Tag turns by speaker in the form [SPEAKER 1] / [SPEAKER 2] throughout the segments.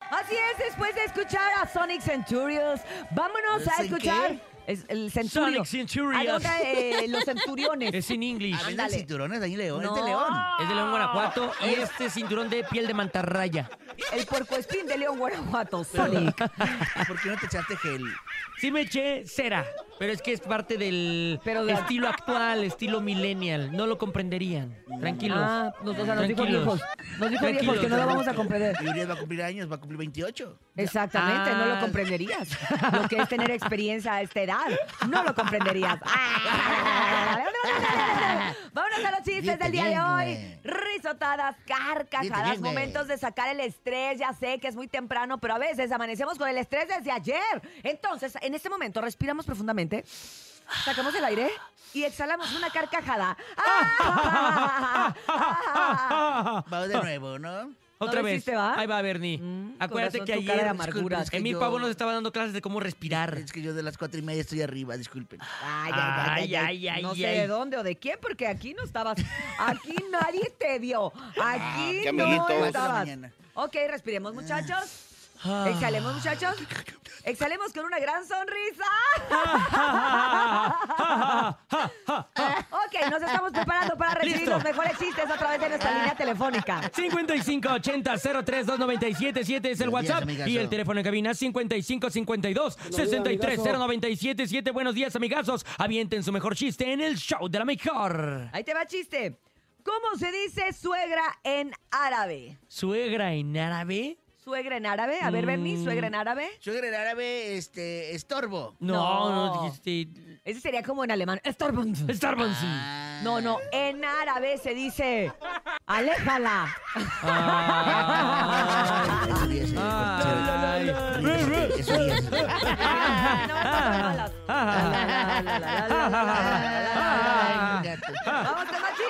[SPEAKER 1] Así es, después de escuchar a Sonic Centurions, vámonos a
[SPEAKER 2] ¿Dicen
[SPEAKER 1] escuchar
[SPEAKER 2] qué?
[SPEAKER 1] es- el Centurio.
[SPEAKER 3] Sonic Centurions.
[SPEAKER 1] Hay otra, eh, los Centuriones.
[SPEAKER 3] Es in English.
[SPEAKER 1] A ver.
[SPEAKER 2] Venden
[SPEAKER 1] Ándale.
[SPEAKER 2] cinturones ahí, León.
[SPEAKER 1] No.
[SPEAKER 2] Este León.
[SPEAKER 1] Ah,
[SPEAKER 3] Es de León, Guanajuato. Y este cinturón de piel de mantarraya.
[SPEAKER 1] El puercoespín de León, Guanajuato, Sonic.
[SPEAKER 2] ¿Por qué no te echaste gel?
[SPEAKER 3] Sí me eché cera, pero es que es parte del
[SPEAKER 1] Pero de-
[SPEAKER 3] estilo actual, estilo millennial. No lo comprenderían. Tranquilos.
[SPEAKER 1] Ah, nos, o sea, nos dijo
[SPEAKER 3] Tranquilos.
[SPEAKER 1] viejos. Nos dijo viejos
[SPEAKER 3] Tranquilos,
[SPEAKER 1] que no lo
[SPEAKER 3] tranquilos.
[SPEAKER 1] vamos a comprender.
[SPEAKER 2] Y Urias va a cumplir años, va a cumplir 28.
[SPEAKER 1] Exactamente, no lo
[SPEAKER 3] Ah.
[SPEAKER 1] comprenderías. Lo que es tener experiencia a esta edad, no lo comprenderías. Vámonos a los chistes
[SPEAKER 2] Grita
[SPEAKER 1] del día de
[SPEAKER 2] bien,
[SPEAKER 1] hoy.
[SPEAKER 2] güey.
[SPEAKER 1] Risotadas,
[SPEAKER 2] Grita
[SPEAKER 1] carcajadas,
[SPEAKER 2] bien, güey.
[SPEAKER 1] momentos de sacar el estrés. Ya sé que es muy temprano, pero a veces amanecemos con el estrés desde ayer. Entonces, en este momento, respiramos profundamente, sacamos el aire y exhalamos una carcajada.
[SPEAKER 2] Va
[SPEAKER 1] Ah.
[SPEAKER 2] de nuevo, ¿no?
[SPEAKER 3] Otra
[SPEAKER 1] lo
[SPEAKER 3] vez.
[SPEAKER 1] hiciste, ¿va?
[SPEAKER 3] Ahí va, Bernie.
[SPEAKER 1] Mm,
[SPEAKER 3] Acuérdate
[SPEAKER 1] con
[SPEAKER 3] que
[SPEAKER 1] razón tu cara de
[SPEAKER 3] ayer
[SPEAKER 1] amargura.
[SPEAKER 2] Es que
[SPEAKER 3] Emil
[SPEAKER 2] yo-
[SPEAKER 3] Pavo nos estaba dando clases de cómo respirar.
[SPEAKER 2] Es que yo de las cuatro y media estoy arriba, disculpen.
[SPEAKER 1] Ay, ay, ay,
[SPEAKER 3] Ay,
[SPEAKER 1] ay,
[SPEAKER 3] ay, ay,
[SPEAKER 1] No sé
[SPEAKER 3] ay.
[SPEAKER 1] de dónde o de quién, porque aquí no estabas. Aquí nadie te vio. Aquí
[SPEAKER 4] qué
[SPEAKER 1] no
[SPEAKER 4] amiguitos.
[SPEAKER 1] estabas.
[SPEAKER 2] Mañana.
[SPEAKER 1] Ok, respiremos, muchachos.
[SPEAKER 3] Ah.
[SPEAKER 1] Exhalemos, muchachos. Exhalemos con una gran
[SPEAKER 3] Ah.
[SPEAKER 1] sonrisa. ok, nos estamos preparando para recibir
[SPEAKER 3] Listo. Ah.
[SPEAKER 1] los mejores chistes a través de nuestra línea telefónica.
[SPEAKER 3] 5580-032977 es
[SPEAKER 2] Buenos días,
[SPEAKER 3] el WhatsApp
[SPEAKER 2] amigazo.
[SPEAKER 3] y el teléfono en cabina 5552-630977. Buenos días, amigazos. Avienten su mejor chiste en el show de la mejor.
[SPEAKER 1] Ahí te va chiste. ¿Cómo se dice suegra en árabe?
[SPEAKER 3] ¿Suegra en árabe?
[SPEAKER 1] ¿Suegra en árabe? A ver, Bernie,
[SPEAKER 3] Mm.
[SPEAKER 1] ¿suegra en árabe?
[SPEAKER 2] Suegra en árabe, este, estorbo.
[SPEAKER 3] No,
[SPEAKER 1] No.
[SPEAKER 3] no, dijiste.
[SPEAKER 1] Ese sería como en alemán. Storbund.
[SPEAKER 3] Starbucks.
[SPEAKER 1] No, no, en árabe se dice aléjala.
[SPEAKER 3] Ah.
[SPEAKER 1] Ah.
[SPEAKER 2] Ay, es Urias, eh,
[SPEAKER 3] Ay.
[SPEAKER 2] Urias, es Urias.
[SPEAKER 1] No, estas son malas.
[SPEAKER 2] Ay, gato.
[SPEAKER 1] Vamos con más chistes.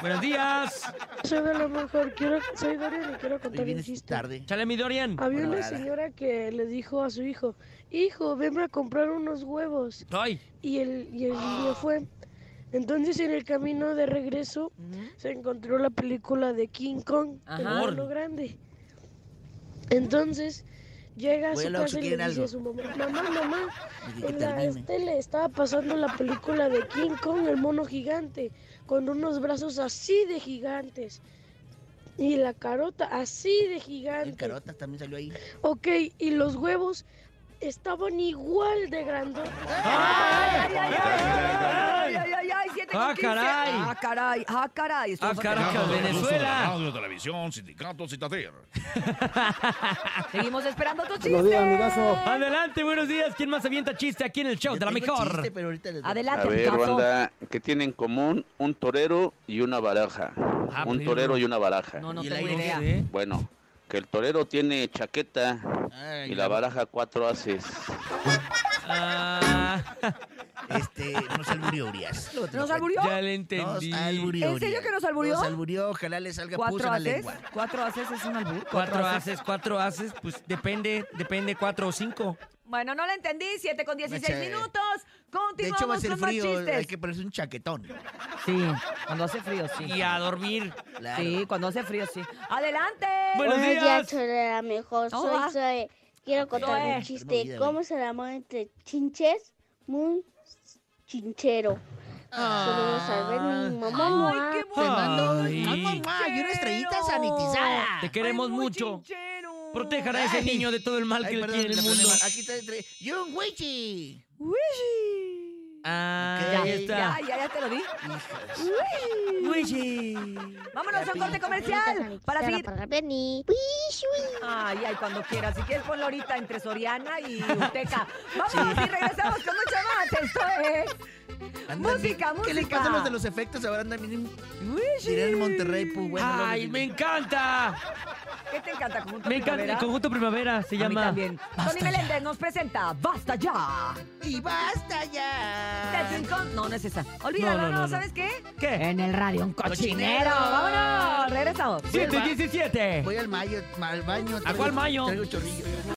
[SPEAKER 3] Buenos días.
[SPEAKER 5] Soy de lo mejor, quiero, soy Dorian y quiero
[SPEAKER 2] Hoy
[SPEAKER 5] contar un
[SPEAKER 2] vienes
[SPEAKER 5] chiste.
[SPEAKER 2] tarde.
[SPEAKER 3] Chale, mi Dorian.
[SPEAKER 5] Había una
[SPEAKER 2] Bueno, nada.
[SPEAKER 5] señora que le dijo a su hijo, hijo, venme a comprar unos huevos.
[SPEAKER 3] Ay.
[SPEAKER 5] Y el, y el
[SPEAKER 2] Ah.
[SPEAKER 5] niño fue. Entonces en el camino de regreso se encontró la película de King Kong, el
[SPEAKER 3] Ajá.
[SPEAKER 5] mono grande. Entonces llega a
[SPEAKER 2] Voy
[SPEAKER 5] su
[SPEAKER 2] al Oxxo,
[SPEAKER 5] casa y le dice
[SPEAKER 2] ¿quieren
[SPEAKER 5] a
[SPEAKER 2] algo?
[SPEAKER 5] su mamá, mamá, mamá,
[SPEAKER 2] Dije que
[SPEAKER 5] en la
[SPEAKER 2] termine.
[SPEAKER 5] tele estaba pasando la película de King Kong, el mono gigante, con unos brazos así de gigantes. Y la carota así de
[SPEAKER 2] El
[SPEAKER 5] gigante.
[SPEAKER 2] carota también salió ahí.
[SPEAKER 5] Ok, y los huevos estaban igual de grandotes.
[SPEAKER 1] Ay, ay, ay, ay, ay, ay, ay, siete con
[SPEAKER 3] Ah,
[SPEAKER 1] quince.
[SPEAKER 3] caray.
[SPEAKER 1] Ah, caray, ah, caray.
[SPEAKER 3] Ah,
[SPEAKER 1] Estuvimos-
[SPEAKER 3] carajo,
[SPEAKER 6] Caja de
[SPEAKER 3] Venezuela.
[SPEAKER 6] Recursos de Radio, televisión, sindicatos y tatir.
[SPEAKER 1] Seguimos esperando tu
[SPEAKER 7] Buenos días,
[SPEAKER 1] chiste.
[SPEAKER 7] amigazo.
[SPEAKER 3] Adelante, buenos días. ¿Quién más avienta chiste aquí en el show
[SPEAKER 2] Yo
[SPEAKER 3] de la
[SPEAKER 2] tengo
[SPEAKER 3] mejor?
[SPEAKER 2] chiste, pero ahorita les doy.
[SPEAKER 1] Adelante,
[SPEAKER 4] A ver,
[SPEAKER 1] amigazo.
[SPEAKER 4] banda, ¿qué tienen en común un torero y una baraja?
[SPEAKER 3] Ah,
[SPEAKER 4] un
[SPEAKER 3] pero-
[SPEAKER 4] torero y una baraja.
[SPEAKER 1] No, no
[SPEAKER 2] Y el
[SPEAKER 1] tengo
[SPEAKER 2] aire,
[SPEAKER 1] idea.
[SPEAKER 3] ¿Eh?
[SPEAKER 4] Bueno, que el torero tiene chaqueta
[SPEAKER 2] Ay,
[SPEAKER 4] y la
[SPEAKER 2] no.
[SPEAKER 4] baraja cuatro haces.
[SPEAKER 3] Ah,
[SPEAKER 2] Este, nos alburió Urias. Luego te lo
[SPEAKER 1] ¿Nos
[SPEAKER 2] cuento.
[SPEAKER 1] alburió?
[SPEAKER 3] ya le
[SPEAKER 2] Nos
[SPEAKER 3] entendí.
[SPEAKER 2] alburió.
[SPEAKER 1] ¿En serio
[SPEAKER 2] Urias.
[SPEAKER 1] que nos alburió?
[SPEAKER 2] Nos alburió, ojalá le salga pus
[SPEAKER 1] ¿Cuatro
[SPEAKER 2] en la
[SPEAKER 1] haces?
[SPEAKER 2] lengua.
[SPEAKER 1] ¿Cuatro haces es un albur?
[SPEAKER 3] Cuatro haces, cuatro haces, pues depende, depende cuatro o cinco.
[SPEAKER 1] Bueno, no la entendí. Siete con dieciséis
[SPEAKER 2] Eche.
[SPEAKER 1] minutos.
[SPEAKER 2] De hecho, va a
[SPEAKER 1] Continuamos
[SPEAKER 2] ser
[SPEAKER 1] con más
[SPEAKER 2] frío, hay
[SPEAKER 1] chistes.
[SPEAKER 2] que ponerse un chaquetón.
[SPEAKER 1] Sí, cuando hace frío, sí.
[SPEAKER 3] Y a dormir.
[SPEAKER 2] Claro.
[SPEAKER 1] Sí, cuando hace frío, sí. ¡Adelante!
[SPEAKER 3] Buenos
[SPEAKER 8] días,
[SPEAKER 3] días.
[SPEAKER 8] soy la mejor.
[SPEAKER 1] ¿Cómo
[SPEAKER 8] Soy
[SPEAKER 1] va?
[SPEAKER 8] Zoe. Quiero contar
[SPEAKER 1] Zoe.
[SPEAKER 8] un chiste.
[SPEAKER 2] Movida,
[SPEAKER 8] ¿Cómo se llama entre chinches? Un chinchero.
[SPEAKER 2] Ah.
[SPEAKER 8] Saludos a ver mi mamá.
[SPEAKER 1] ¡Ay, qué
[SPEAKER 3] Te mando
[SPEAKER 1] bueno!
[SPEAKER 3] un Ay,
[SPEAKER 2] y una estrellita sanitizada.
[SPEAKER 3] Te queremos mucho. Protejan a ese
[SPEAKER 2] Ay.
[SPEAKER 3] niño de todo el mal que
[SPEAKER 2] Ay,
[SPEAKER 3] le
[SPEAKER 2] perdón,
[SPEAKER 3] tiene
[SPEAKER 2] la
[SPEAKER 3] el mundo.
[SPEAKER 2] ponemos. Aquí está entre. Jun Wichi.
[SPEAKER 1] ¡Uy!
[SPEAKER 3] Ah,
[SPEAKER 2] Ok.
[SPEAKER 3] ahí
[SPEAKER 1] Ya,
[SPEAKER 3] está.
[SPEAKER 1] ya, ya te lo di.
[SPEAKER 2] Hijas.
[SPEAKER 1] ¡Uy!
[SPEAKER 3] Luigi.
[SPEAKER 1] Vámonos a un corte comercial para seguir. Ay, ay, cuando quieras. Si quieres, ponlo ahorita entre Soriana y Uteca. Vámonos y regresamos con mucho más. Esto es.
[SPEAKER 2] Andan
[SPEAKER 1] Música,
[SPEAKER 2] bien- ¿Qué le
[SPEAKER 1] música.
[SPEAKER 2] pasa a los de los efectos? Ahora andan bien.
[SPEAKER 1] Wishy.
[SPEAKER 2] Diré en Monterrey, pues bueno. luego
[SPEAKER 3] Ay,
[SPEAKER 2] les-
[SPEAKER 3] me encanta.
[SPEAKER 1] ¿Qué te encanta? Conjunto
[SPEAKER 3] Me encanta. El
[SPEAKER 1] Primavera?
[SPEAKER 3] conjunto primavera se
[SPEAKER 1] A mí
[SPEAKER 3] llama.
[SPEAKER 1] también. Tony Meléndez nos presenta Basta ya.
[SPEAKER 2] Y basta
[SPEAKER 1] Desde
[SPEAKER 2] ya.
[SPEAKER 1] un con- No, no es esa. Olvídalo,
[SPEAKER 3] No,
[SPEAKER 1] no,
[SPEAKER 3] no, no, no.
[SPEAKER 1] ¿sabes qué?
[SPEAKER 3] ¿Qué?
[SPEAKER 1] En el radio, un
[SPEAKER 2] cochinero.
[SPEAKER 1] Vámonos, regresamos.
[SPEAKER 3] 717.
[SPEAKER 2] Voy al mayo, al baño. traigo-
[SPEAKER 3] cuál mayo?
[SPEAKER 2] Traigo chorrillo.